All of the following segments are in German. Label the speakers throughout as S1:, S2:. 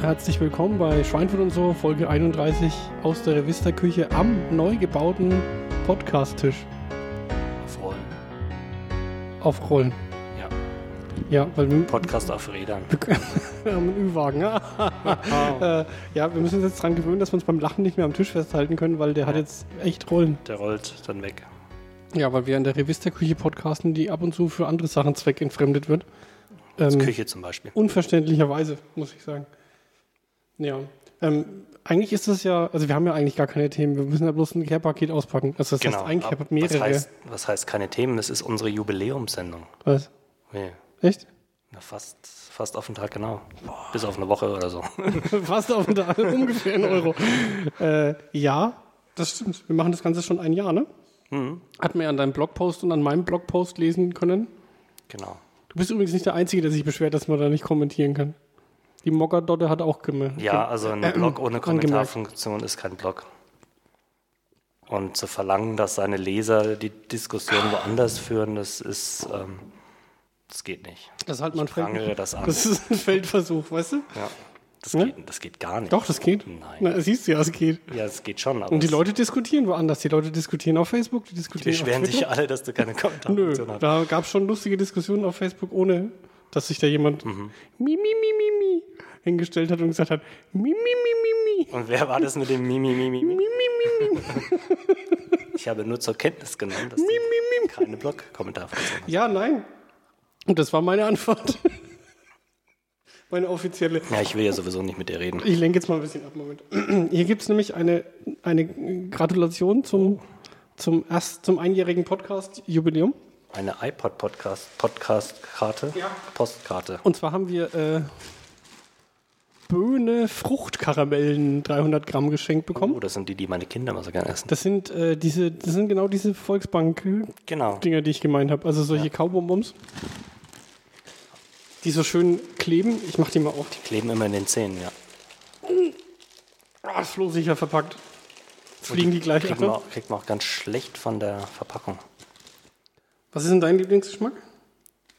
S1: Herzlich willkommen bei Schweinfurt und so, Folge 31 aus der Revista-Küche am neu gebauten Podcast-Tisch.
S2: Auf Rollen.
S1: Auf Rollen.
S2: Ja.
S1: Ja, weil wir,
S2: Podcast auf Rädern.
S1: wir haben einen Ü-Wagen. äh, ja, wir müssen uns jetzt daran gewöhnen, dass wir uns beim Lachen nicht mehr am Tisch festhalten können, weil der hat jetzt echt Rollen.
S2: Der rollt dann weg.
S1: Ja, weil wir in der Revista-Küche podcasten, die ab und zu für andere Sachen zweckentfremdet wird.
S2: Als
S1: Ähm,
S2: Küche zum Beispiel.
S1: Unverständlicherweise, muss ich sagen. Ja. Ähm, eigentlich ist das ja, also wir haben ja eigentlich gar keine Themen. Wir müssen ja bloß ein Care-Paket auspacken. Also das heißt, ein
S2: Genau. ab-
S1: Care-Paket, mehrere.
S2: Was heißt, was heißt keine Themen? Das ist unsere Jubiläumssendung.
S1: Was?
S2: Nee.
S1: Echt?
S2: Na, fast, fast auf den Tag genau. Bis auf eine Woche oder so.
S1: Fast auf den Tag, ungefähr ein Euro. äh, ja, das stimmt. Wir machen das Ganze schon ein Jahr, ne?
S2: Mhm.
S1: Hat man ja an deinem Blogpost und an meinem Blogpost lesen können.
S2: Genau.
S1: Du bist übrigens nicht der Einzige, der sich beschwert, dass man da nicht kommentieren kann. Die Mokkadotte hat auch gemerkt.
S2: Ja, also ein
S1: Ähm,
S2: Blog ohne
S1: angemerkt.
S2: Kommentarfunktion ist kein Blog. Und zu verlangen, dass seine Leser die Diskussion woanders führen, das ist, ähm, das geht nicht.
S1: Das ist halt mal ein
S2: Prangere
S1: Feld.
S2: das an.
S1: Das ist ein Feldversuch, weißt du?
S2: ja. das,
S1: Ne?
S2: geht, das geht gar nicht.
S1: Doch, das geht.
S2: Nein.
S1: Na, siehst du ja, es geht.
S2: Ja, es geht schon. Aber
S1: Und die
S2: es-
S1: Leute diskutieren woanders. Die Leute diskutieren auf Facebook, die
S2: die
S1: diskutieren
S2: beschweren
S1: auf Twitter.
S2: sich alle, dass du keine
S1: Nö,
S2: Kommentarfunktion hast.
S1: da gab es schon lustige Diskussionen auf Facebook, ohne dass sich da jemand
S2: Mhm.
S1: mi, mi, mi, mi, mi hingestellt hat und gesagt hat, mi, mi, mi, mi, mi,
S2: Und wer war das mit dem Mimi, Mimi, Mimi?
S1: mi, mi, mi, mi.
S2: Ich habe nur zur Kenntnis genommen, dass du keine Blog-Kommentarfunktion hast.
S1: Ja, nein. Und das war meine Antwort. meine offizielle.
S2: Ja, ich will ja sowieso nicht mit dir reden.
S1: Ich lenke jetzt mal ein bisschen ab, Moment. Hier gibt es nämlich eine, eine Gratulation
S2: Oh.
S1: zum, zum, erst, zum einjährigen Podcast-Jubiläum.
S2: Eine iPod-Podcast, Podcast-Karte,
S1: Ja.
S2: Postkarte.
S1: Und zwar haben wir äh, Böhne Fruchtkaramellen 300 Gramm geschenkt bekommen.
S2: Oh, das sind die, die meine Kinder immer so gerne essen.
S1: Das sind äh, diese, das sind genau diese Volksbank-Dinger,
S2: Genau.
S1: die ich gemeint habe. Also solche Kaubonbons, die so schön kleben. Ich mach die mal auf.
S2: Kleben immer in den Zähnen, ja.
S1: Ah, flohsicher verpackt.
S2: Oh,
S1: Fliegen die gleich
S2: Kriegt man,
S1: ab.
S2: auch, kriegt man auch ganz schlecht von der Verpackung.
S1: Was ist denn dein Lieblingsgeschmack?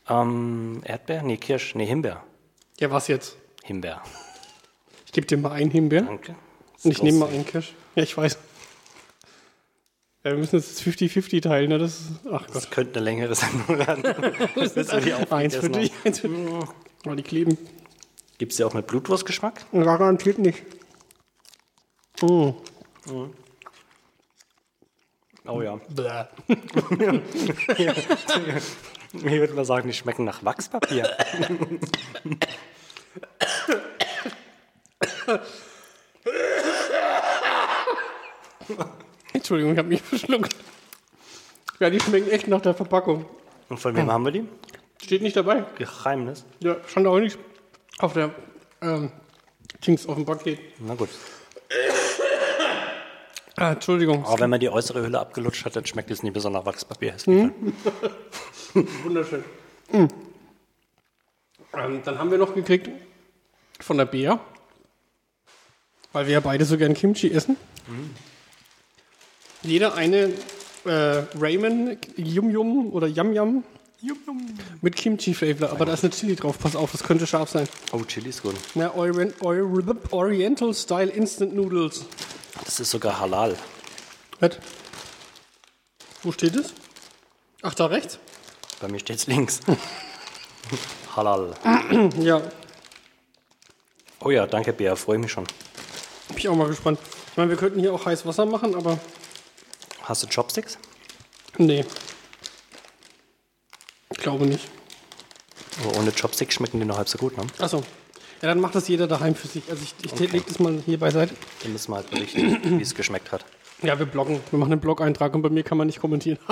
S2: Ähm, Erdbeer? Nee, Kirsch. Nee, Himbeer.
S1: Ja, was jetzt?
S2: Himbeer.
S1: Ich gebe dir mal einen Himbeer
S2: Danke.
S1: und ich nehme mal einen Kirsch. Ja, ich weiß. Ja, wir müssen jetzt 50-50 teilen, ne? Das ist, ach Gott.
S2: Das könnte eine längere Sendung werden. Das ist irgendwie auch
S1: Eins für
S2: vergessen
S1: dich,
S2: haben.
S1: eins für dich. Oh, die kleben.
S2: Gibt es ja auch mit Blutwurstgeschmack?
S1: Garantiert nicht. Oh.
S2: Oh ja.
S1: Bäh.
S2: Hier würde man sagen, die schmecken nach Wachspapier.
S1: Entschuldigung, ich habe mich verschluckt. Ja, die schmecken echt nach der Verpackung.
S2: Und von wem haben wir die?
S1: Steht nicht dabei.
S2: Geheimnis.
S1: Ja, stand auch nicht auf der ähm, Dings auf dem Paket.
S2: Na gut.
S1: Ah, Entschuldigung,
S2: Aber wenn man die äußere Hülle abgelutscht hat, dann schmeckt es nicht besonders nach Wachspapier.
S1: wunderschön. Ähm, dann haben wir noch gekriegt von der Bea, weil wir ja beide so gern Kimchi essen. Jeder eine äh, Ramen Yum Yum oder Yam Yam mit Kimchi Flavor, aber da ist eine Chili drauf. Pass auf, das könnte scharf sein.
S2: Oh, Chili ist gut.
S1: Na, Orient, Ori- Oriental Style Instant Noodles.
S2: Das ist sogar halal.
S1: Was? Wo steht es? Ach, da rechts?
S2: Bei mir steht es links. halal.
S1: Ja,
S2: Oh ja, danke, Bea. Freue mich schon.
S1: bin ich auch mal gespannt. Ich meine, wir könnten hier auch heiß Wasser machen, aber
S2: Hast du Chopsticks?
S1: nee. Ich glaube nicht.
S2: Aber Oh, ohne Chopsticks schmecken die noch halb so gut, ne?
S1: Achso. Ja, dann macht das jeder daheim für sich. Also ich, ich leg das mal hier beiseite.
S2: Dann müssen wir halt berichten, wie es geschmeckt hat.
S1: Ja, wir bloggen. Wir machen einen Blog-Eintrag und bei mir kann man nicht kommentieren.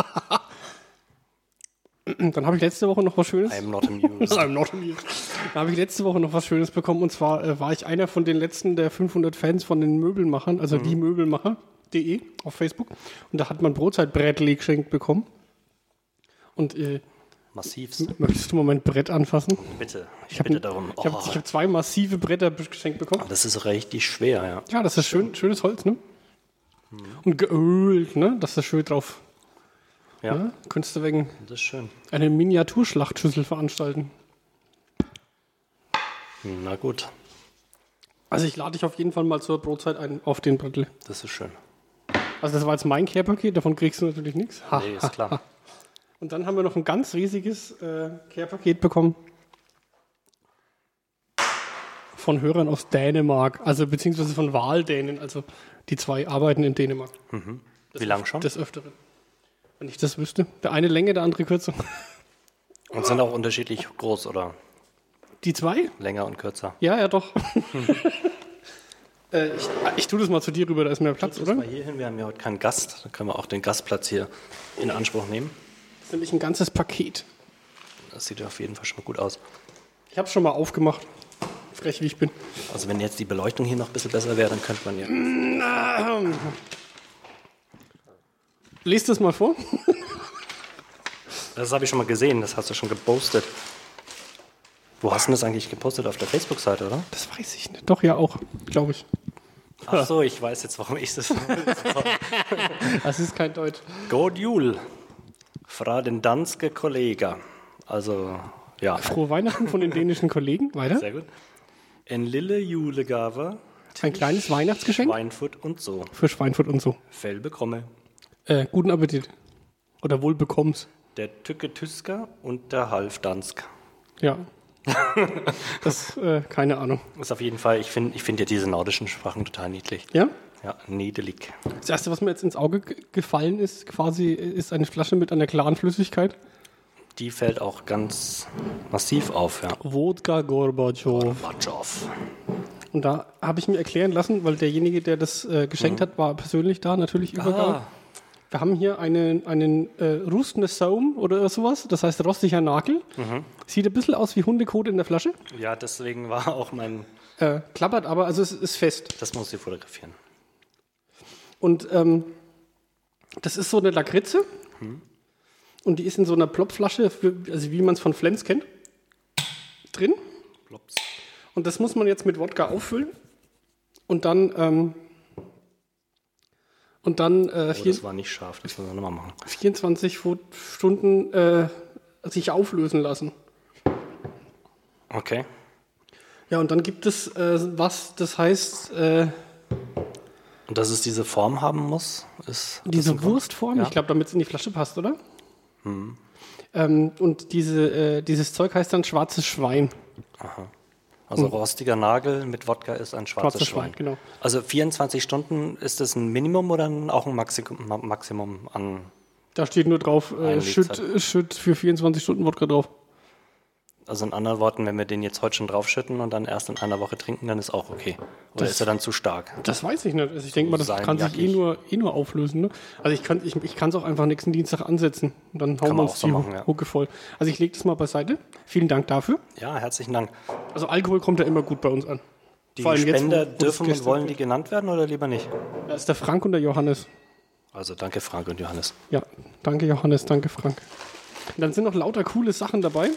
S1: dann habe ich letzte Woche noch was Schönes.
S2: I'm not amused.
S1: I'm not amused. Da habe ich letzte Woche noch was Schönes bekommen und zwar äh, war ich einer von den letzten der 500 Fans von den Möbelmachern, also die
S2: Mhm.
S1: Möbelmacher.de auf Facebook und da hat man Brotzeitbrettle geschenkt bekommen. Und äh,
S2: Massivst.
S1: möchtest du mal mein Brett anfassen?
S2: Bitte. Ich
S1: hab-
S2: bitte darum.
S1: Ich habe
S2: Oh,
S1: hab zwei massive Bretter geschenkt bekommen.
S2: das ist richtig schwer, ja.
S1: Ja, das ist schön, schönes Holz, ne?
S2: Mhm.
S1: Und geölt, ne? Das ist schön drauf.
S2: Ja.
S1: Ne? Könntest du wegen
S2: Das ist schön.
S1: eine Miniaturschlachtschüssel veranstalten.
S2: Na gut.
S1: Also ich lade dich auf jeden Fall mal zur Brotzeit ein auf den Brettel.
S2: Das ist schön.
S1: Also das war jetzt mein Care-Paket, davon kriegst du natürlich nichts. Ha.
S2: Nee, ist klar.
S1: Und dann haben wir noch ein ganz riesiges äh, Care-Paket bekommen. Von Hörern aus Dänemark, also beziehungsweise von Wahldänen, also die zwei arbeiten in Dänemark.
S2: Wie lang schon?
S1: Des Öfteren. Wenn ich das wüsste. Der eine Länge, der andere kürzer.
S2: Und sind auch unterschiedlich groß oder
S1: Die zwei?
S2: länger und kürzer.
S1: Ja, ja, doch. äh, ich, ich tue das mal zu dir rüber, da ist mehr Platz, oder?
S2: Mal hier hin, wir haben ja heute keinen Gast. Dann können wir auch den Gastplatz hier in Anspruch nehmen.
S1: Das ist nämlich ein ganzes Paket.
S2: Das sieht ja auf jeden Fall schon mal gut aus.
S1: Ich habe schon mal aufgemacht. Frech wie ich bin.
S2: Also wenn jetzt die Beleuchtung hier noch ein bisschen besser wäre, dann könnte man ja.
S1: Lest das mal vor.
S2: Das habe ich schon mal gesehen, das hast du schon gepostet. Wo hast du das eigentlich gepostet? Auf der Facebook-Seite, oder?
S1: Das weiß ich nicht. Doch, ja, auch, glaube ich.
S2: Ach so, ich weiß jetzt, warum ich das.
S1: Das ist kein Deutsch.
S2: God jul fra den danske kollega. Also, ja.
S1: Frohe Weihnachten von den dänischen Kollegen. Weiter.
S2: Sehr gut. En lille julegave,
S1: Ein kleines Weihnachtsgeschenk
S2: Weinfurt und so.
S1: für Schweinfurt und so.
S2: Fell bekomme.
S1: Äh, guten Appetit. Oder wohl bekomm's.
S2: Der Tücke Tüsker und der Halfdansk.
S1: Ja. das, äh, keine Ahnung.
S2: Ist auf jeden Fall, ich finde ich find ja diese nordischen Sprachen total niedlich.
S1: Ja?
S2: Ja, niedelig.
S1: Das erste, was mir jetzt ins Auge ge- gefallen ist, quasi, ist eine Flasche mit einer klaren Flüssigkeit.
S2: Die fällt auch ganz massiv auf, ja.
S1: Wodka Gorbatschow.
S2: Matschow.
S1: Und da habe ich mir erklären lassen, weil derjenige, der das äh, geschenkt hat, war persönlich da, natürlich Übergabe.
S2: Ah,
S1: Wir haben hier einen, einen äh, rustende Saum oder sowas, das heißt rostiger Nagel. Sieht ein bisschen aus wie Hundekot in der Flasche,
S2: ja, deswegen war auch mein.
S1: äh, klappert aber, also es ist fest.
S2: Das muss ich fotografieren.
S1: Und ähm, das ist so eine Lakritze und die ist in so einer Plopflasche, für, also wie man es von Flens kennt, drin.
S2: Plops.
S1: Und das muss man jetzt mit Wodka auffüllen und dann, ähm, und dann äh,
S2: Oh,
S1: hier,
S2: das war nicht scharf, das müssen wir nochmal machen.
S1: 24 Fu- Stunden äh, sich auflösen lassen.
S2: Okay.
S1: Ja, und dann gibt es äh, was, das heißt, äh,
S2: Und dass es diese Form haben muss, ist.
S1: diese Wurstform,
S2: Ja. Mhm.
S1: ich glaube, damit es in die Flasche passt, oder? Ähm, und diese, äh, dieses Zeug heißt dann schwarzes Schwein.
S2: Also rostiger Nagel mit Wodka ist ein schwarzes
S1: Oh. Schwarzes
S2: Schwein.
S1: Schwein, genau.
S2: Also 24 Stunden, ist das ein Minimum oder ein, auch ein Maximum, Ma- Maximum an.
S1: Da steht nur drauf, äh,
S2: Ein
S1: schütt,
S2: Liedzeug.
S1: schütt für 24 Stunden Wodka drauf.
S2: Also in anderen Worten, wenn wir den jetzt heute schon draufschütten und dann erst in einer Woche trinken, dann ist auch okay. Oder
S1: Das-
S2: ist er dann zu stark?
S1: Das weiß ich nicht. Also ich denke mal, das
S2: sein
S1: kann sich eh
S2: jackig.
S1: nur, eh nur auflösen. Ne? Also ich kann es ich, ich kann's auch einfach nächsten Dienstag ansetzen. Und dann hauen
S2: man
S1: wir
S2: auch
S1: uns
S2: so
S1: die
S2: machen, ja.
S1: Hucke voll. Also ich lege das mal beiseite. Vielen Dank dafür.
S2: Ja, herzlichen Dank.
S1: Also Alkohol kommt ja immer gut bei uns an.
S2: Die
S1: Vor allem jetzt,
S2: Spender
S1: wo- wo
S2: dürfen
S1: das
S2: und wollen die genannt werden oder lieber nicht?
S1: Da ist der Frank und der Johannes.
S2: Also danke Frank und Johannes.
S1: Ja, danke Johannes, danke Frank. Und dann sind noch lauter coole Sachen dabei.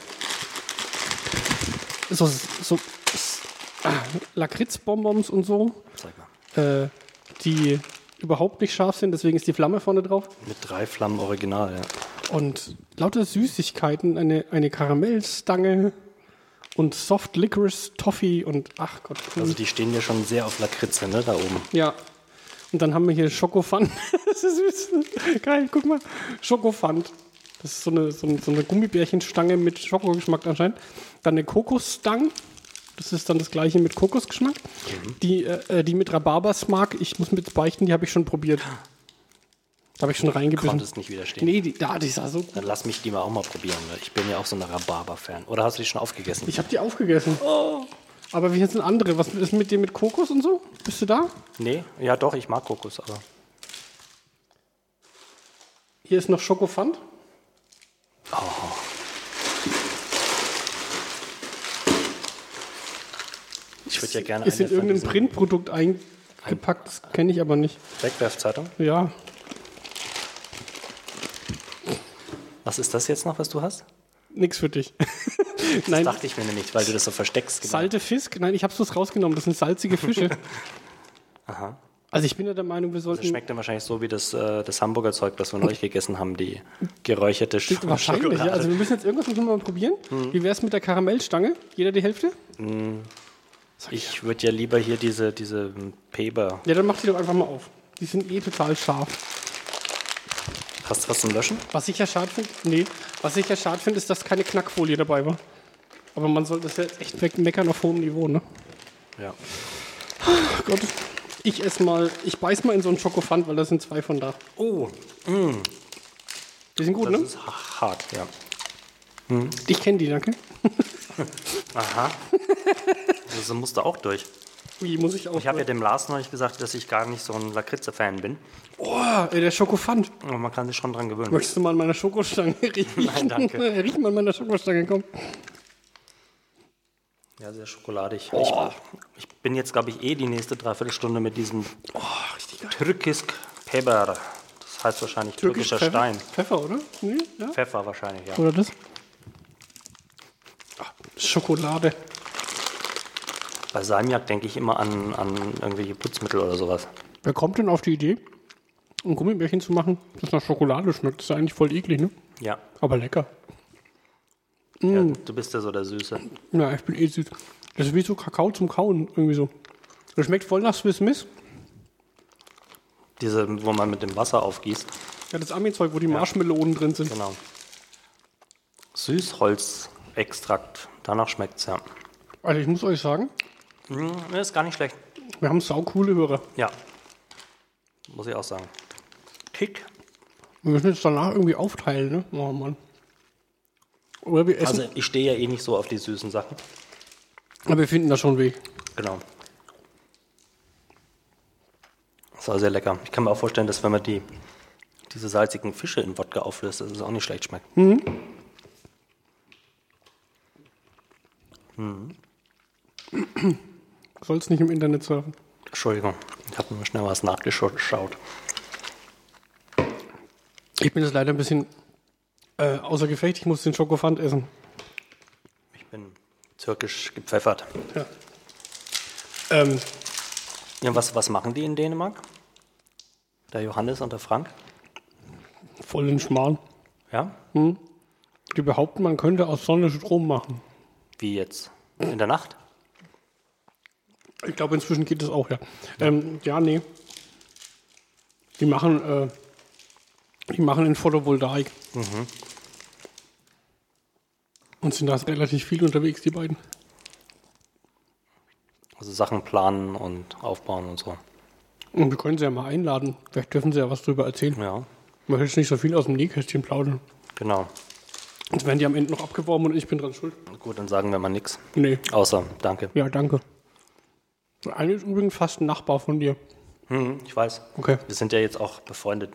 S1: So, so s- ah, Lakritzbonbons und so,
S2: Zeig mal.
S1: äh, die überhaupt nicht scharf sind, deswegen ist die Flamme vorne drauf.
S2: Mit drei Flammen original, ja.
S1: Und lauter Süßigkeiten, eine, eine Karamellstange und Soft Licorice Toffee und ach Gott, cool.
S2: Also die stehen ja schon sehr auf Lakritze, ne, da oben.
S1: Ja. Und dann haben wir hier Schokofant. das ist süß. Geil, guck mal. Schokofant. Das ist so eine, so eine, so eine Gummibärchenstange mit Schokogeschmack anscheinend. Dann eine Kokosstange. Das ist dann das gleiche mit Kokosgeschmack.
S2: Mhm.
S1: Die, äh, äh, die mit Rhabarbersmark, ich muss mit beichten, die habe ich schon probiert. Da habe ich schon reingebissen.
S2: Konntest nicht widerstehen.
S1: Nee, die, da, die sah so gut.
S2: Dann lass mich die mal auch mal probieren, weil ich bin ja auch so ein Rhabarber-Fan. Oder hast du die schon aufgegessen?
S1: Ich habe die aufgegessen.
S2: Oh.
S1: Aber wie sind andere? Was ist mit dir mit Kokos und so? Bist du da?
S2: Nee, ja doch, ich mag Kokos, aber
S1: Hier ist noch Schokofant.
S2: Oh. ich würde ja gerne
S1: Ist in
S2: von
S1: irgendein
S2: diesen
S1: Printprodukt eingepackt. Das kenne ich aber nicht.
S2: Wegwerfzeitung.
S1: Ja,
S2: Was ist das jetzt noch, was du hast?
S1: nix für dich.
S2: Das
S1: Nein,
S2: dachte ich mir nämlich, weil du das so versteckst. Genau.
S1: salte Fisk. Nein, ich habe es rausgenommen. Das sind salzige Fische.
S2: Aha.
S1: Also ich bin ja der Meinung, wir sollten...
S2: Das schmeckt dann wahrscheinlich so wie das, äh, das Hamburger Zeug, das wir neulich gegessen haben, die geräucherte Sch
S1: Wahrscheinlich, ja.
S2: Hm.
S1: Also wir müssen jetzt irgendwas müssen wir mal probieren. Wie wäre es mit der Karamellstange? Jeder die Hälfte?
S2: Ich würde ja lieber hier diese, diese ähm, Paper.
S1: Ja, dann mach die doch einfach mal auf. Die sind eh total scharf.
S2: Hast du was zum Löschen?
S1: Was ich ja schade finde, nee, was ich ja schade finde, ist, dass keine Knackfolie dabei war. Aber man sollte das ja jetzt echt weg- meckern auf hohem Niveau, ne?
S2: Ja.
S1: Ach Gott. Ich esse mal, ich beiß mal in so einen Schokofant, weil da sind zwei von da.
S2: Oh,
S1: Die sind gut,
S2: das
S1: ne?
S2: ist ha- hart, ja.
S1: Ich kenne die, danke.
S2: Aha. Das Also musst du auch durch.
S1: Wie muss ich auch.
S2: Ich habe ja dem Lars neulich gesagt, dass ich gar nicht so ein Lakritze-Fan bin.
S1: oh, ey, der Schokofant.
S2: Aber man kann sich schon dran gewöhnen.
S1: Möchtest du mal an meiner Schokostange riechen?
S2: Nein, danke.
S1: Riech mal an meiner Schokostange, komm.
S2: Ja, sehr schokoladig.
S1: Oh.
S2: Ich, ich bin jetzt, glaube ich, eh die nächste Dreiviertelstunde mit diesem
S1: Oh, richtig geil.
S2: Türkisk Pepper. Das heißt wahrscheinlich
S1: Türkisch
S2: türkischer
S1: Pfeffer?
S2: Stein.
S1: Pfeffer, oder? Nee, ja.
S2: Pfeffer wahrscheinlich, ja.
S1: Oder das? Ah, Schokolade.
S2: Bei Salmiak denke ich immer an, an irgendwelche Putzmittel oder sowas.
S1: Wer kommt denn auf die Idee, ein Gummibärchen zu machen, das nach Schokolade schmeckt? Das ist ja eigentlich voll eklig, ne?
S2: Ja.
S1: Aber lecker.
S2: ja du bist ja so der Süße.
S1: Ja, ich bin eh süß. Das ist wie so Kakao zum Kauen, irgendwie so. Das schmeckt voll nach Swiss Miss.
S2: Diese, wo man mit dem Wasser aufgießt.
S1: Ja, das Ami-Zeug, wo die Marshmallonen drin sind.
S2: Genau. Süßholzextrakt. Danach schmeckt es ja.
S1: Also ich muss euch sagen,
S2: Hm, Ist gar nicht schlecht.
S1: wir haben saucoole Hörer.
S2: Ja. Muss ich auch sagen. Kick.
S1: Wir müssen jetzt danach irgendwie aufteilen, ne? Oh Mann. Oder wir essen,
S2: Also ich stehe ja eh nicht so auf die süßen Sachen.
S1: aber wir finden da schon einen Weg.
S2: Genau. Das war sehr lecker. Ich kann mir auch vorstellen, dass wenn man die, diese salzigen Fische in Wodka auflöst, dass es auch nicht schlecht schmeckt.
S1: Soll's nicht im Internet surfen.
S2: Entschuldigung, ich habe mir schnell was nachgeschaut.
S1: Ich bin jetzt leider ein bisschen äh, außer Gefecht. Ich muss den Schokofant essen.
S2: Ich bin türkisch gepfeffert.
S1: Ja. Ähm,
S2: Ja, was, was machen die in Dänemark? Der Johannes und der Frank?
S1: voll den Schmarrn.
S2: Ja?
S1: Die behaupten, man könnte aus Sonne Strom machen.
S2: Wie jetzt? In der Nacht?
S1: Ich glaube, inzwischen geht das auch, ja. Ähm, ja, nee. Die machen, äh, die machen in Photovoltaik. Und sind da relativ viel unterwegs, die beiden.
S2: Also Sachen planen und aufbauen und so.
S1: Und wir können sie ja mal einladen. Vielleicht dürfen sie ja was drüber erzählen.
S2: Ja,
S1: Man will jetzt nicht so viel aus dem Nähkästchen plaudern.
S2: genau.
S1: Sonst werden die am Ende noch abgeworben und ich bin dran schuld.
S2: Gut, dann sagen wir mal nichts.
S1: Nee.
S2: Außer, danke.
S1: Ja, danke. Der eine ist übrigens fast ein Nachbar von dir.
S2: Hm, ich weiß.
S1: Okay.
S2: Wir sind ja jetzt auch befreundet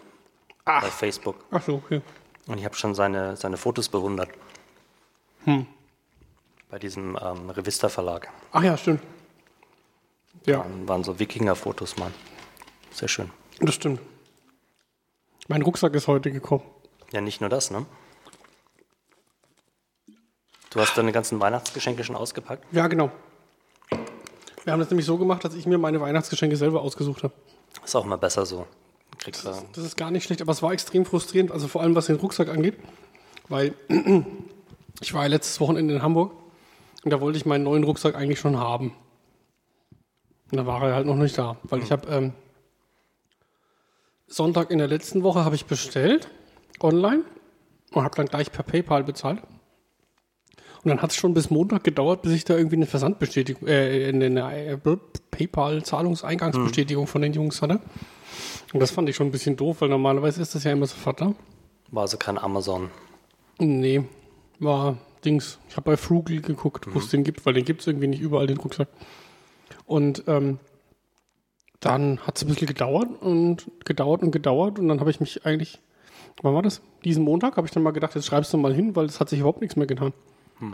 S1: Ach.
S2: bei Facebook.
S1: Ach so, okay.
S2: Und ich habe schon seine, seine Fotos bewundert. Bei diesem ähm, Revista Verlag.
S1: Ach ja, stimmt. Ja,
S2: Dann waren so Wikinger-Fotos, Mann. Sehr schön.
S1: das stimmt. Mein Rucksack ist heute gekommen.
S2: Ja, nicht nur das, ne? Du hast deine ganzen Weihnachtsgeschenke schon ausgepackt?
S1: Ja, genau. Wir haben das nämlich so gemacht, dass ich mir meine Weihnachtsgeschenke selber ausgesucht habe.
S2: Ist auch immer besser so. Kriegst du.
S1: Das ist gar nicht schlecht, aber es war extrem frustrierend, also vor allem was den Rucksack angeht, weil ich war ja letztes Wochenende in Hamburg und da wollte ich meinen neuen Rucksack eigentlich schon haben. Und da war er halt noch nicht da, weil ich habe ähm, Sonntag in der letzten Woche habe ich bestellt online und habe dann gleich per PayPal bezahlt. Und dann hat es schon bis Montag gedauert, bis ich da irgendwie eine Versandbestätigung, äh, eine, eine, eine PayPal-Zahlungseingangsbestätigung von den Jungs hatte. Und das fand ich schon ein bisschen doof, weil normalerweise ist das ja immer sofort da.
S2: War also kein Amazon.
S1: Nee, war Dings. Ich habe bei Frugal geguckt, wo es den gibt, weil den gibt es irgendwie nicht überall, den Rucksack. Und ähm, dann hat es ein bisschen gedauert und gedauert und gedauert. Und dann habe ich mich eigentlich, wann war das? Diesen Montag habe ich dann mal gedacht, jetzt schreibst du mal hin, weil es hat sich überhaupt nichts mehr getan.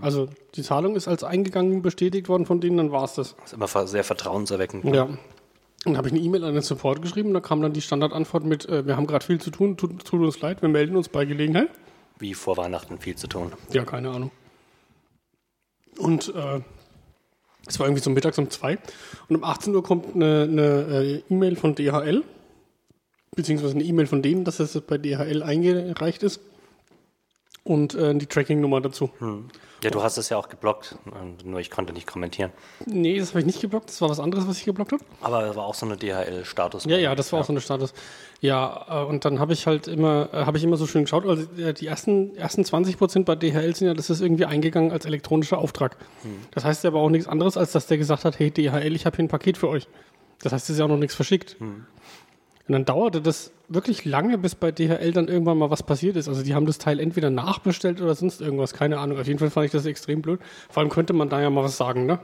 S1: Also die Zahlung ist als eingegangen bestätigt worden von denen, dann war es das.
S2: Ist immer ver- sehr vertrauenserweckend.
S1: Ja. Und da habe ich eine E-Mail an den Support geschrieben, da kam dann die Standardantwort mit, äh, wir haben gerade viel zu tun, tut, tut uns leid, wir melden uns bei Gelegenheit.
S2: Wie vor Weihnachten viel zu tun.
S1: Ja, keine Ahnung. Und äh, es war irgendwie so mittags um zwei. Und um 18 Uhr kommt eine, eine äh, E-Mail von DHL, beziehungsweise eine E-Mail von denen, dass das jetzt bei DHL eingereicht ist. und äh, die Tracking-Nummer dazu.
S2: Ja, du hast es ja auch geblockt, ähm, nur ich konnte nicht kommentieren.
S1: Nee, das habe ich nicht geblockt. Das war was anderes, was ich geblockt habe.
S2: Aber es war auch so eine DHL-Status.
S1: Ja, ja, das war auch so eine Status. Ja, äh, und dann habe ich halt immer, äh, habe ich immer so schön geschaut, also äh, die ersten, ersten 20 Prozent bei DHL sind ja, das ist irgendwie eingegangen als elektronischer Auftrag. Das heißt ja aber auch nichts anderes, als dass der gesagt hat, hey DHL, ich habe hier ein Paket für euch. Das heißt, es ist ja auch noch nichts verschickt. Und dann dauerte das wirklich lange, bis bei DHL dann irgendwann mal was passiert ist. Also die haben das Teil entweder nachbestellt oder sonst irgendwas, keine Ahnung. Auf jeden Fall fand ich das extrem blöd. Vor allem könnte man da ja mal was sagen, ne?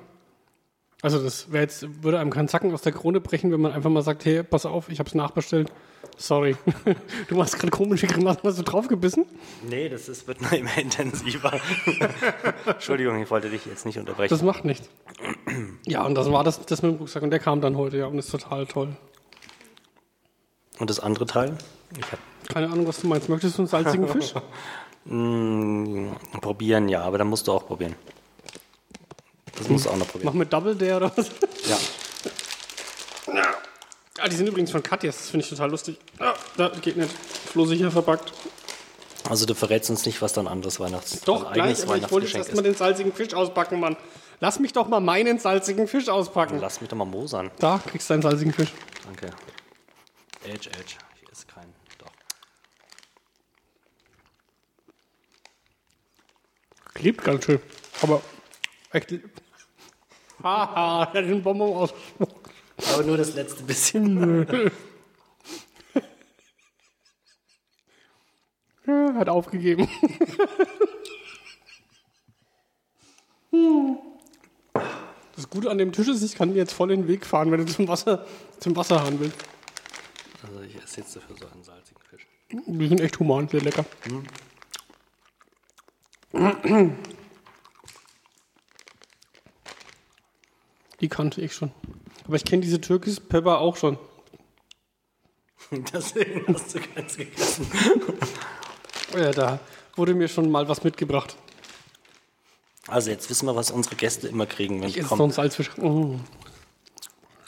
S1: Also das wäre jetzt, würde einem keinen Zacken aus der Krone brechen, wenn man einfach mal sagt, hey, pass auf, ich hab's nachbestellt. Sorry. du machst gerade komische Grimassen, hast du draufgebissen?
S2: Nee, das ist, wird nur immer intensiver. Entschuldigung, ich wollte dich jetzt nicht unterbrechen.
S1: Das macht nichts. Ja, und das war das, das mit dem Rucksack und der kam dann heute, ja, und ist total toll.
S2: Und das andere Teil? Ich habe
S1: Keine Ahnung, was du meinst. Möchtest du einen salzigen Fisch?
S2: Mm, Probieren, ja, aber dann musst du auch probieren. Das musst du auch noch probieren.
S1: Mach mit Double Dare oder was?
S2: Ja.
S1: Ah, die sind übrigens von Katjes, das finde ich total lustig. Ah, da geht nicht. Flo sicher verpackt.
S2: Also du verrätst uns nicht, was dein anderes Weihnachts
S1: Doch,
S2: dein
S1: gleich, aber ich wollte jetzt erstmal
S2: ist.
S1: den salzigen Fisch auspacken, Mann. Lass mich doch mal meinen salzigen Fisch auspacken.
S2: Lass mich doch mal mosern.
S1: Da kriegst du einen salzigen Fisch.
S2: Danke. Edge, Edge. Hier ist kein. Doch.
S1: Klebt ganz schön. Aber echt. Haha, der hat den Bonbon aus.
S2: Aber nur das letzte bisschen.
S1: Ja, Hat aufgegeben. Das Gute an dem Tisch ist, ich kann dir jetzt voll den Weg fahren, wenn du zum Wasser, zum Wasserhahn willst.
S2: Also ich esse jetzt dafür so einen salzigen Fisch.
S1: Die sind echt human, sehr lecker. Die kannte ich schon. Aber ich kenne diese Türkis Pepper auch schon.
S2: Deswegen hast du keins gegessen.
S1: Oh Ja, da wurde mir schon mal was mitgebracht.
S2: Also jetzt wissen wir, was unsere Gäste immer kriegen, wenn sie
S1: Jetzt noch
S2: kommen.
S1: ein Salzfisch. Oh.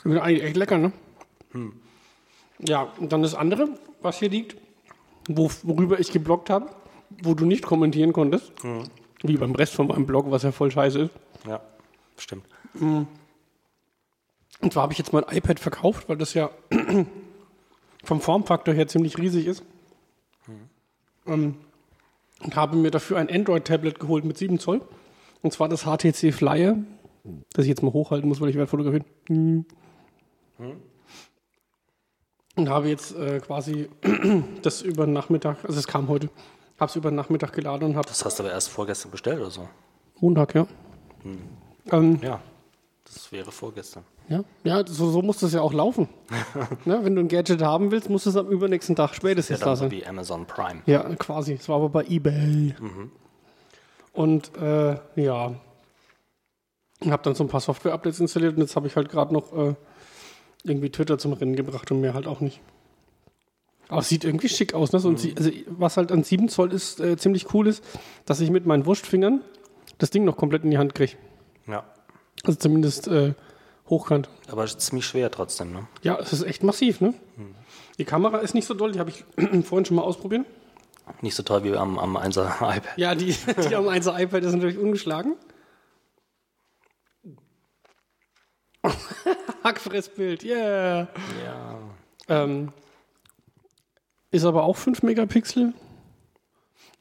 S1: Die sind eigentlich echt lecker, ne? Ja, und dann das andere, was hier liegt, wo, worüber ich geblockt habe, wo du nicht kommentieren konntest. Wie beim Rest von meinem Blog, was ja voll scheiße ist.
S2: Ja, stimmt.
S1: Und zwar habe ich jetzt mein iPad verkauft, weil das ja vom Formfaktor her ziemlich riesig ist. Ähm, und habe mir dafür ein Android-Tablet geholt mit 7 Zoll. Und zwar das HTC Flyer, das ich jetzt mal hochhalten muss, weil ich werde fotografieren. Hm. Und habe jetzt äh, quasi das über den Nachmittag, also es kam heute, habe es über den Nachmittag geladen und habe es
S2: Das hast du aber erst vorgestern bestellt oder so.
S1: Montag, ja. Ähm,
S2: Ja. Das wäre vorgestern.
S1: Ja, ja so, so muss das ja auch laufen. ne, wenn du ein Gadget haben willst, muss es am übernächsten Tag
S2: Ja,
S1: spätestens da
S2: dann so
S1: sein.
S2: wie Amazon Prime.
S1: Ja, quasi. Es war aber bei eBay.
S2: Mhm.
S1: Und äh, ja, ich habe dann so ein paar Software-Updates installiert und jetzt habe ich halt gerade noch äh, irgendwie Twitter zum Rennen gebracht und mehr halt auch nicht. Aber es sieht irgendwie schick aus. Ne?
S2: Mhm.
S1: So ein Sie- also, was halt an 7 Zoll ist, äh, ziemlich cool ist, dass ich mit meinen Wurstfingern das Ding noch komplett in die Hand kriege.
S2: Ja.
S1: Also zumindest äh, hochkant.
S2: Aber es ist ziemlich schwer trotzdem, ne?
S1: Ja, es ist echt massiv, ne? Die Kamera ist nicht so doll, die habe ich vorhin schon mal ausprobiert.
S2: Nicht so toll wie am, am 1er iPad.
S1: Ja, die, die am 1er iPad ist natürlich ungeschlagen. Hackfressbild, yeah.
S2: Ja.
S1: Ähm, ist aber auch 5 Megapixel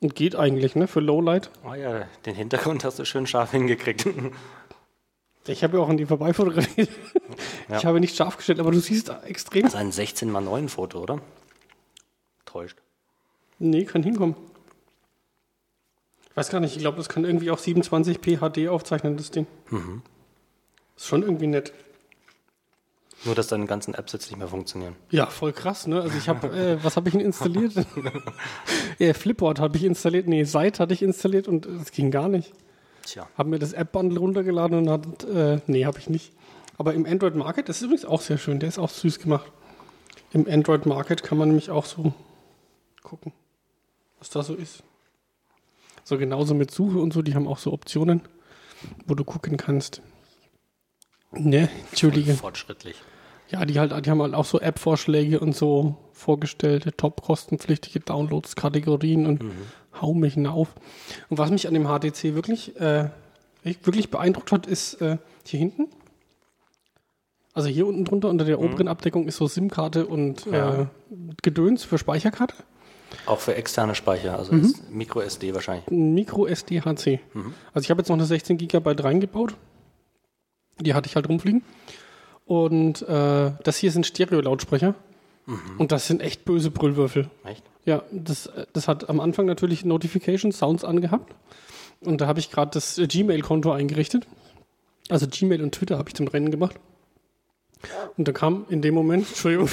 S1: und geht eigentlich, ne, für Lowlight.
S2: Oh ja, den Hintergrund hast du schön scharf hingekriegt.
S1: Ich habe ja auch an die vorbeifotografiert. Ich habe nicht scharf gestellt, aber du siehst extrem.
S2: Das ist ein 16x9-Foto, oder? Täuscht.
S1: Nee, kann hinkommen. Ich weiß gar nicht, ich glaube, das kann irgendwie auch 27p HD aufzeichnen, das Ding. Ist schon irgendwie nett.
S2: Nur, dass deine ganzen Apps jetzt nicht mehr funktionieren.
S1: Ja, voll krass, ne? Also ich habe, äh, was habe ich denn installiert? ja, Flipboard habe ich installiert, nee, Site hatte ich installiert und es ging gar nicht.
S2: Tja.
S1: Habe mir das App-Bundle runtergeladen und hat, äh, nee, habe ich nicht. Aber im Android Market, das ist übrigens auch sehr schön, der ist auch süß gemacht. Im Android Market kann man nämlich auch so gucken, was da so ist. So genauso mit Suche und so, die haben auch so Optionen, wo du gucken kannst. Ne, Entschuldige.
S2: Fortschrittlich.
S1: Ja, die, halt, die haben halt auch so App-Vorschläge und so vorgestellte, top kostenpflichtige Downloads-Kategorien und hau mich denn auf. Und was mich an dem HTC wirklich, äh, echt wirklich beeindruckt hat, ist äh, hier hinten. Also hier unten drunter unter der oberen Abdeckung ist so SIM-Karte und
S2: Ja.
S1: äh, Gedöns für Speicherkarte.
S2: Auch für externe Speicher, also ist Micro SD wahrscheinlich.
S1: Ein Micro SDHC. Also ich habe jetzt noch eine 16 GB reingebaut. Die hatte ich halt rumfliegen. Und äh, das hier sind Stereo-Lautsprecher. Und das sind echt böse Brüllwürfel.
S2: Echt?
S1: Ja, das, äh, das hat am Anfang natürlich Notification Sounds angehabt. Und da habe ich gerade das äh, Gmail-Konto eingerichtet. Also Gmail und Twitter habe ich zum Rennen gemacht. Und da kam in dem Moment, Entschuldigung,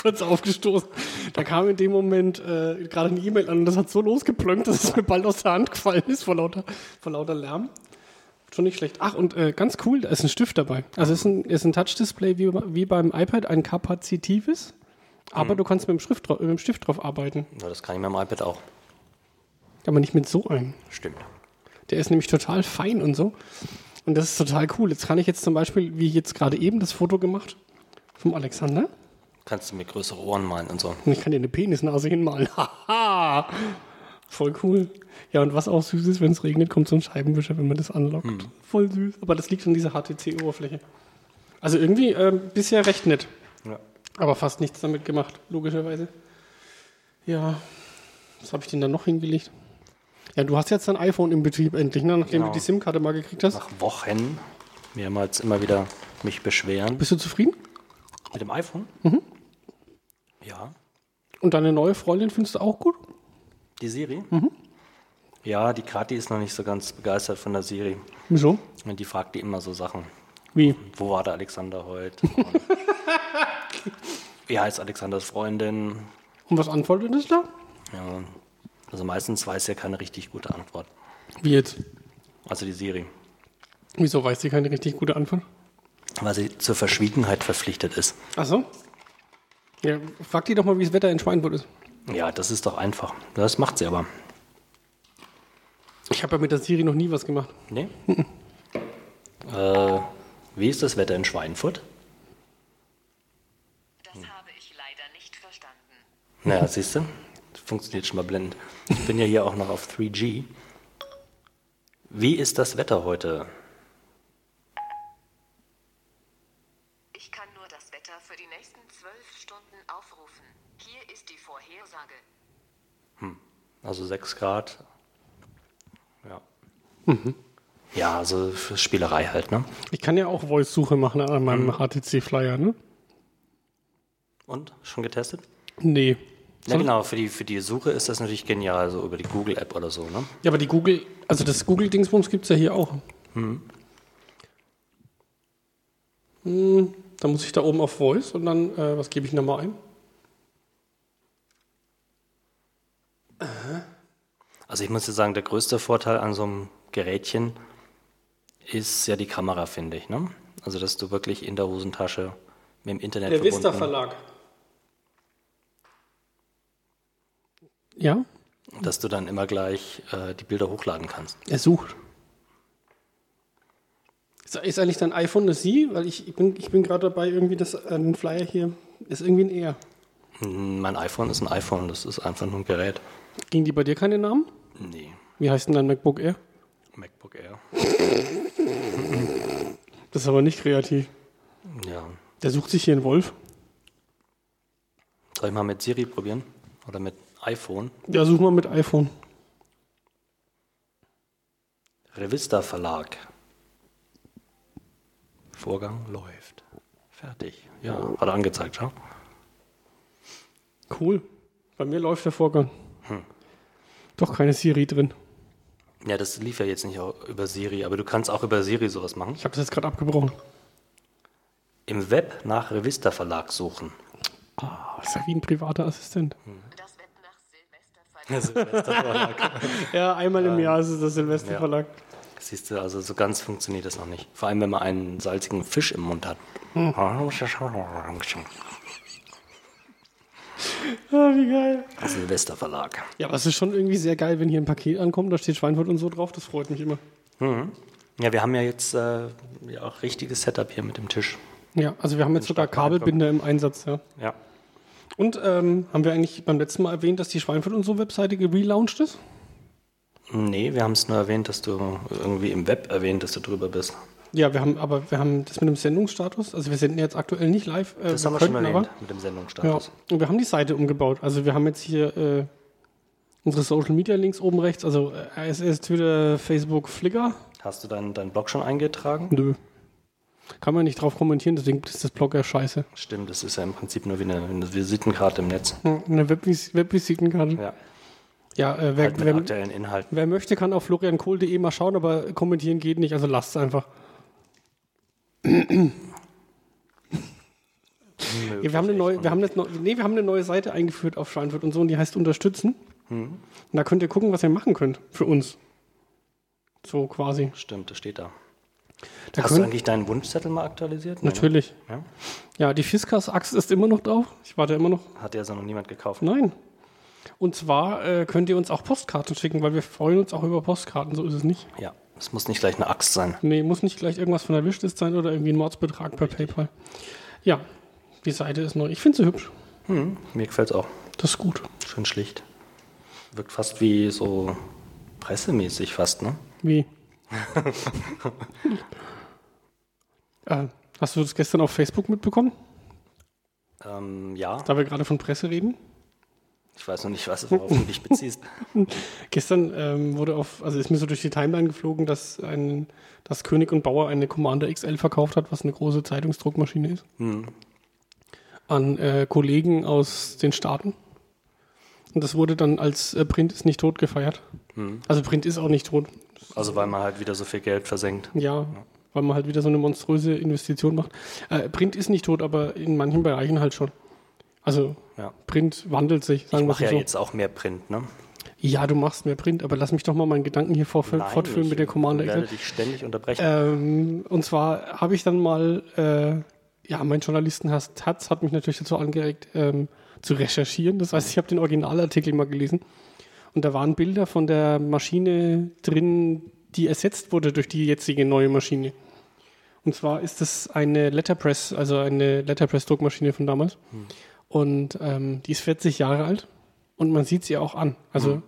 S1: kurz aufgestoßen, da kam in dem Moment äh, gerade eine E-Mail an und das hat so losgeplönkt, dass es mir bald aus der Hand gefallen ist vor lauter, vor lauter Lärm. Schon nicht schlecht. Ach, und äh, ganz cool, da ist ein Stift dabei. Also es ist ein, ist ein Touch-Display wie, wie beim iPad, ein kapazitives, aber du kannst mit dem, Schrift, drau- mit dem Stift drauf arbeiten.
S2: Ja, das kann ich mit dem iPad auch.
S1: Aber nicht mit so einem.
S2: Stimmt.
S1: Der ist nämlich total fein und so. Und das ist total cool. Jetzt kann ich jetzt zum Beispiel, wie jetzt gerade eben, das Foto gemacht vom Alexander.
S2: Kannst du mir größere Ohren malen und so.
S1: Und ich kann dir eine Penisnase hinmalen. Haha! Voll cool. Ja, und was auch süß ist, wenn es regnet, kommt so ein Scheibenwischer, wenn man das anlockt. Voll süß. Aber das liegt an dieser HTC-Oberfläche. Also irgendwie ähm, bisher recht nett.
S2: Ja.
S1: Aber fast nichts damit gemacht, logischerweise. Ja, was habe ich denn da noch hingelegt? Ja, du hast jetzt dein iPhone im Betrieb endlich, ne? nachdem
S2: Genau.
S1: du die SIM-Karte mal gekriegt hast.
S2: Nach Wochen mehrmals immer wieder mich beschweren.
S1: Bist du zufrieden?
S2: Mit dem iPhone? Ja.
S1: Und deine neue Freundin findest du auch gut?
S2: Die Siri? Ja, die Kathi ist noch nicht so ganz begeistert von der Siri.
S1: Wieso?
S2: Und die fragt die immer so Sachen.
S1: Wie?
S2: Wo war der Alexander heute? Und Wie heißt Alexanders Freundin?
S1: Und was antwortet es da?
S2: Ja. Also meistens weiß ja keine richtig gute Antwort.
S1: Wie jetzt?
S2: Also die Siri.
S1: Wieso weiß sie keine richtig gute Antwort?
S2: Weil sie zur Verschwiegenheit verpflichtet ist.
S1: Ach so. Ja, frag die doch mal, wie das Wetter in Schweinfurt ist.
S2: Ja, das ist doch einfach. Das macht sie aber.
S1: Ich habe ja mit der Siri noch nie was gemacht.
S2: Nee? äh, wie ist das Wetter in Schweinfurt?
S3: Das habe ich leider nicht verstanden.
S2: Naja, siehst du? Das funktioniert schon mal blendend. Ich bin ja hier auch noch auf 3G. Wie ist das Wetter heute?
S3: Ich kann nur das Wetter für die nächsten zwölf Stunden aufrufen. Hier ist die Vorhersage.
S2: Also 6 Grad. Ja. Ja, also für Spielerei halt, ne?
S1: Ich kann ja auch Voice-Suche machen an meinem HTC-Flyer, ne?
S2: Und? Schon getestet?
S1: Nee.
S2: Ja, genau. Für die, für die Suche ist das natürlich genial, so über die Google-App oder so, ne?
S1: Ja, aber die Google, also das Google-Dingsbums gibt es ja hier auch. Hm. Da Hm, muss ich da oben auf Voice und dann, äh, was gebe ich nochmal ein?
S2: Also ich muss dir sagen, der größte Vorteil an so einem Gerätchen ist ja die Kamera, finde ich. Ne? Also dass du wirklich in der Hosentasche mit dem Internet
S1: Der Vista
S2: verbunden
S1: Verlag. Ja,
S2: dass du dann immer gleich äh, die Bilder hochladen kannst.
S1: er sucht. Ist, ist eigentlich dein iPhone das Sie? Weil ich, ich bin, ich bin gerade dabei, irgendwie das äh, den Flyer hier ist irgendwie ein R.
S2: Hm, Mein iPhone ist ein iPhone, das ist einfach nur ein Gerät.
S1: Ging die bei dir keine Namen?
S2: Nee,
S1: Wie heißt denn dein MacBook Air?
S2: MacBook Air.
S1: Das ist aber nicht kreativ.
S2: Ja.
S1: Der sucht sich hier einen Wolf.
S2: Soll ich mal mit Siri probieren? Oder mit iPhone?
S1: Ja, such mal mit iPhone.
S2: Revista Verlag. Vorgang läuft. Fertig. Ja, hat er angezeigt, schau.
S1: Cool. Bei mir läuft der Vorgang.
S2: Hm.
S1: Doch keine Siri drin.
S2: Ja, das lief ja jetzt nicht au- über Siri, aber du kannst auch über Siri sowas machen.
S1: Ich habe das jetzt gerade abgebrochen.
S2: Im Web nach Revista Verlag suchen.
S1: Ah, ist ja wie ein privater Assistent.
S2: Hm.
S3: Das Wetter nach Silvester
S1: Ja, einmal
S2: Ähm,
S1: im Jahr ist es das Silvesterverlag.
S2: Siehst du, also so ganz funktioniert das noch nicht. Vor allem, wenn man einen salzigen Fisch im Mund hat.
S1: Ah, wie geil.
S2: Silvester Verlag.
S1: Ja, aber es ist schon irgendwie sehr geil, wenn hier ein Paket ankommt, da steht Schweinfurt und so drauf, das freut mich immer.
S2: Ja, wir haben ja jetzt äh, ja auch richtiges Setup hier mit dem Tisch.
S1: Ja, also wir haben jetzt sogar Kabelbinder im Einsatz, ja.
S2: Ja.
S1: Und ähm, haben wir eigentlich beim letzten Mal erwähnt, dass die Schweinfurt und so Webseite gelauncht ist?
S2: Nee, wir haben es nur erwähnt, dass du irgendwie im Web erwähnt, dass du drüber bist.
S1: Ja, wir haben, aber wir haben das mit dem Sendungsstatus. Also wir senden jetzt aktuell nicht live. äh,
S2: Das haben wir schon
S1: könnten
S2: erwähnt
S1: aber-
S2: mit dem
S1: Ja,
S2: Sendungsstatus.
S1: und wir haben die Seite umgebaut. Also wir haben jetzt hier äh, unsere Social Media Links oben rechts, also äh, RSS, Twitter, Facebook, Flickr.
S2: Hast du deinen, deinen Blog schon eingetragen?
S1: Nö. Kann man nicht drauf kommentieren, deswegen ist das Blog ja scheiße.
S2: Stimmt, das ist ja im Prinzip nur wie eine, eine Visitenkarte im Netz.
S1: Ja, Eine Webvis- Webvisitenkarte.
S2: Ja,
S1: Ja, äh, wer,
S2: halt mit
S1: wer,
S2: aktuellen Inhalten.
S1: wer möchte, kann auf floriankohl.de mal schauen, aber kommentieren geht nicht, also lasst es einfach. Ja, wir, haben eine neue, wir, haben jetzt neu, nee, wir haben eine neue Seite eingeführt auf Schweinfurt und so und die heißt Unterstützen.
S2: Hm.
S1: Und da könnt ihr gucken, was ihr machen könnt für uns. So quasi.
S2: Stimmt, das steht da.
S1: Da
S2: Hast du
S1: könnt,
S2: eigentlich deinen Wunschzettel mal aktualisiert? Nee, ne?
S1: natürlich.
S2: Ja?
S1: Ja, die Fiskas-Axt ist immer noch drauf. Ich warte immer noch.
S2: Hat ja so noch niemand gekauft.
S1: Nein. Und zwar äh, könnt ihr uns auch Postkarten schicken, weil wir freuen uns auch über Postkarten, so ist es nicht.
S2: Ja, es muss nicht gleich eine Axt sein.
S1: Nee, muss nicht gleich irgendwas von der Wishlist sein oder irgendwie ein Mordsbetrag per PayPal. Ja, die Seite ist neu. Ich finde sie hübsch.
S2: Hm, mir gefällt es auch.
S1: Das ist gut.
S2: Schön schlicht. Wirkt fast wie so pressemäßig fast, ne?
S1: Wie? äh, hast du das gestern auf Facebook mitbekommen,
S2: Ähm, ja,
S1: da wir gerade von Presse reden?
S2: ich weiß noch nicht, was worauf du dich beziehst.
S1: Gestern ähm, wurde auf, also ist mir so durch die Timeline geflogen, dass, ein, dass König und Bauer eine Commander XL verkauft hat, was eine große Zeitungsdruckmaschine ist.
S2: Hm.
S1: An äh, Kollegen aus den Staaten. Und das wurde dann als äh, Print ist nicht tot gefeiert.
S2: Hm.
S1: Also Print ist auch nicht tot.
S2: Also weil man halt wieder so viel Geld versenkt.
S1: Ja, weil man halt wieder so eine monströse Investition macht. Äh, Print ist nicht tot, aber in manchen Bereichen halt schon. Also
S2: Ja.
S1: Print wandelt sich,
S2: Ich
S1: sagen wir es
S2: mache ja
S1: so.
S2: jetzt auch mehr Print, ne?
S1: Ja, du machst mehr Print, aber lass mich doch mal meinen Gedanken hier vorf- fortführen
S2: ich
S1: mit der Commander
S2: werde
S1: XL.
S2: dich ständig unterbrechen.
S1: Ähm, und zwar habe ich dann mal, äh, ja, mein Journalistenherz Taz hat mich natürlich dazu angeregt, ähm, zu recherchieren. Das heißt, ich habe den Originalartikel mal gelesen. Und da waren Bilder von der Maschine drin, die ersetzt wurde durch die jetzige neue Maschine. Und zwar ist es eine Letterpress, also eine Letterpress-Druckmaschine von damals.
S2: Hm.
S1: Und ähm, die ist 40 Jahre alt und man sieht sie auch an. Also
S2: Hm.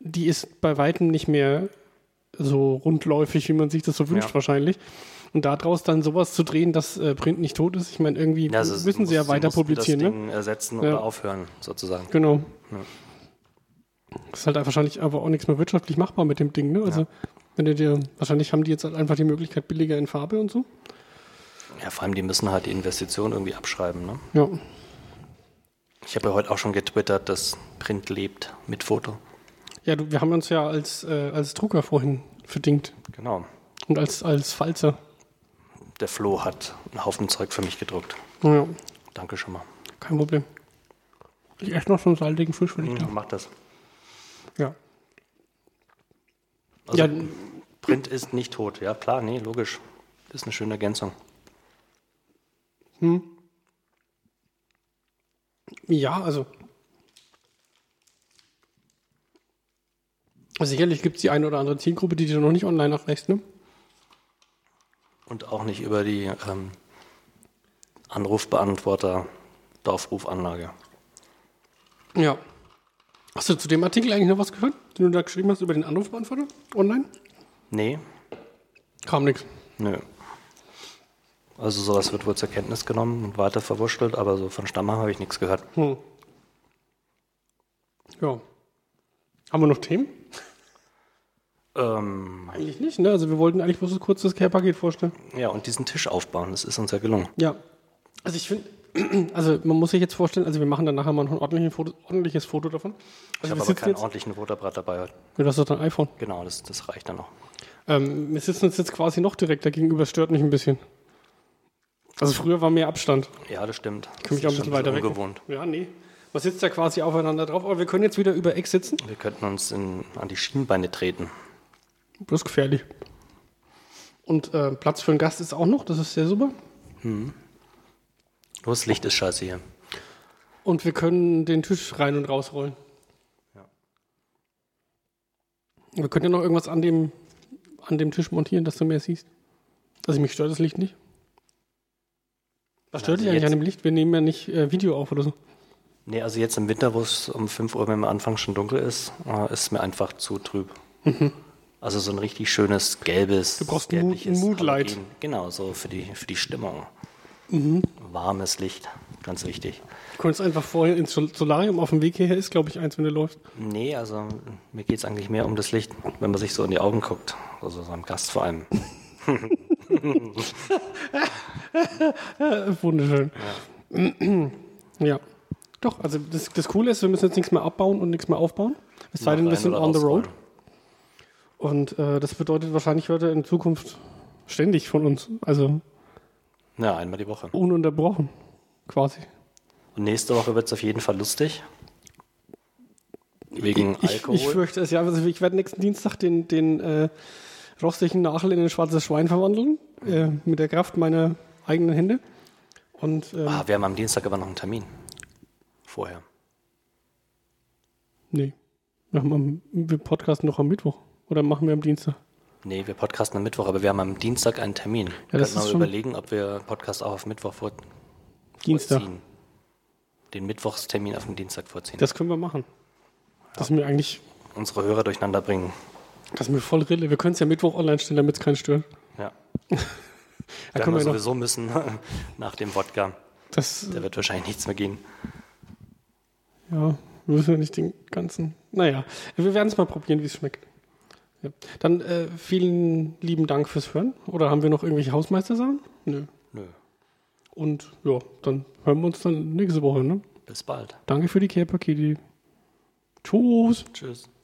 S1: die ist bei weitem nicht mehr so rundläufig, wie man sich das so wünscht
S2: Ja.
S1: wahrscheinlich. Und daraus dann sowas zu drehen, dass äh, Print nicht tot ist, ich meine, irgendwie
S2: Ja, also
S1: müssen sie ja
S2: mussten-
S1: weiter
S2: mussten
S1: publizieren.
S2: Das
S1: ne?
S2: Ding äh, ersetzen
S1: Ja.
S2: oder aufhören, sozusagen.
S1: Genau. Das ist halt wahrscheinlich aber auch nichts mehr wirtschaftlich machbar mit dem Ding, ne? Also, wenn du dir, wahrscheinlich haben die jetzt halt einfach die Möglichkeit billiger in Farbe und so.
S2: Ja, vor allem, die müssen halt die Investition irgendwie abschreiben, ne?
S1: Ja.
S2: Ich habe ja heute auch schon getwittert, dass Print lebt mit Foto.
S1: Ja, du, wir haben uns ja als, äh, als Drucker vorhin verdingt
S2: Genau.
S1: und als, als Falzer.
S2: Der Flo hat einen Haufen Zeug für mich gedruckt.
S1: Ja,
S2: Danke schon mal.
S1: kein Problem. Ich esse noch so einen saltigen Fisch, wenn ich darf.
S2: Mach das.
S1: Mhm. Ja.
S2: Also,
S1: ja,
S2: Print ist nicht tot. Ja, klar, nee, logisch. Ist eine schöne Ergänzung.
S1: Ja, also. Sicherlich gibt es die eine oder andere Zielgruppe, die du noch nicht online nachlässt, ne?
S2: Und auch nicht über die ähm, Anrufbeantworter der Aufrufanlage.
S1: Ja. Hast du zu dem Artikel eigentlich noch was gehört, den du da geschrieben hast über den Anrufbeantworter online?
S2: Nee,
S1: Kam nichts.
S2: nö. Also sowas wird wohl zur Kenntnis genommen und weiter verwurschtelt, aber so von Stammheim habe ich nichts gehört.
S1: Hm. Ja. Haben wir noch Themen?
S2: Ähm,
S1: Eigentlich nicht, ne? Also wir wollten eigentlich bloß kurz das Care-Paket vorstellen.
S2: ja, und diesen Tisch aufbauen, das ist uns ja gelungen.
S1: Ja. Also ich finde, also man muss sich jetzt vorstellen, also wir machen dann nachher mal noch ein ordentliches Foto, ordentliches Foto davon.
S2: Ich
S1: Also
S2: habe
S1: wir
S2: aber
S1: sitzen
S2: keinen
S1: jetzt,
S2: ordentlichen Roterbrat dabei heute.
S1: Ja, du hast doch dein iPhone.
S2: Genau, das, das reicht dann auch.
S1: Ähm, wir sitzen uns jetzt quasi noch direkt dagegenüber, stört mich ein bisschen. Also früher war mehr Abstand.
S2: Ja, das stimmt.
S1: Ich mich auch ein bisschen weiter weg.
S2: ungewohnt.
S1: Ja, nee. Man sitzt ja quasi aufeinander drauf, aber wir können jetzt wieder über Eck sitzen.
S2: Wir könnten uns in, an die Schienbeine treten.
S1: Das ist gefährlich. Und äh, Platz für einen Gast ist auch noch, das ist sehr super.
S2: Nur das Licht ist scheiße hier.
S1: Und wir können den Tisch rein und rausrollen.
S2: Ja.
S1: Wir können ja noch irgendwas an dem, an dem Tisch montieren, dass du mehr siehst. Also mich stört das Licht nicht. Was stört
S2: Also
S1: dich eigentlich
S2: jetzt-
S1: an dem Licht? Wir nehmen ja nicht äh, Video auf oder so.
S2: Nee, also jetzt im Winter, wo es um 5 Uhr am Anfang schon dunkel ist, äh, ist es mir einfach zu trüb. Also so ein richtig schönes gelbes,
S1: Mhm. Du brauchst Mood-
S2: gelbliches
S1: Moodlight. Mhm.
S2: Halogen. Genau, so für die, für die Stimmung. Warmes Licht, ganz wichtig.
S1: Du konntest einfach vorher ins Sol- Solarium auf dem Weg hierher, ist glaube ich eins, wenn du läufst.
S2: Nee, also mir geht es eigentlich mehr um das Licht, wenn man sich so in die Augen guckt. Also so einem Gast vor allem.
S1: Äh, wunderschön. Ja. Doch, also das, das Coole ist, wir müssen jetzt nichts mehr abbauen und nichts mehr aufbauen. Es sei denn, wir
S2: Rein
S1: sind
S2: oder
S1: on the
S2: rausrollen.
S1: road. Und äh, das bedeutet wahrscheinlich wird er in Zukunft ständig von uns, also
S2: Ja, einmal die Woche.
S1: ununterbrochen quasi.
S2: Und nächste Woche wird es auf jeden Fall lustig. Wegen
S1: Ich,
S2: Alkohol.
S1: ich fürchte es ja, also ich werde nächsten Dienstag den, den äh, rostigen Nachel in ein schwarzes Schwein verwandeln, äh, mit der Kraft meiner eigenen Hände. Und ähm,
S2: ah, wir haben am Dienstag aber noch einen Termin. Vorher.
S1: nee, wir, haben am, wir podcasten noch am Mittwoch oder machen wir am Dienstag.
S2: Nee, wir podcasten am Mittwoch, aber wir haben am Dienstag einen Termin. Ja,
S1: das
S2: Könnten
S1: ist
S2: wir
S1: schon-
S2: überlegen, ob wir Podcast auch auf Mittwoch vor
S1: Dienstag.
S2: vorziehen. Den Mittwochstermin auf den Dienstag vorziehen.
S1: Das können wir machen. Das ist mir eigentlich,
S2: Unsere Hörer durcheinander bringen.
S1: das ist mir voll Rille. Wir können es ja Mittwoch online stellen, damit es keinen stört.
S2: Ja.
S1: Da
S2: Werden
S1: können
S2: wir
S1: wir noch,
S2: sowieso müssen nach dem Wodka.
S1: das,
S2: Da wird wahrscheinlich nichts mehr gehen.
S1: ja, müssen wir nicht den ganzen, naja, wir werden es mal probieren, wie es schmeckt. Ja. Dann äh, vielen lieben Dank fürs Hören. Oder haben wir noch irgendwelche Hausmeistersachen? Nö.
S2: Nö.
S1: Und ja, dann hören wir uns dann nächste Woche. Ne?
S2: Bis bald.
S1: Danke für die Care-Pakete. Tschüss.
S2: Tschüss.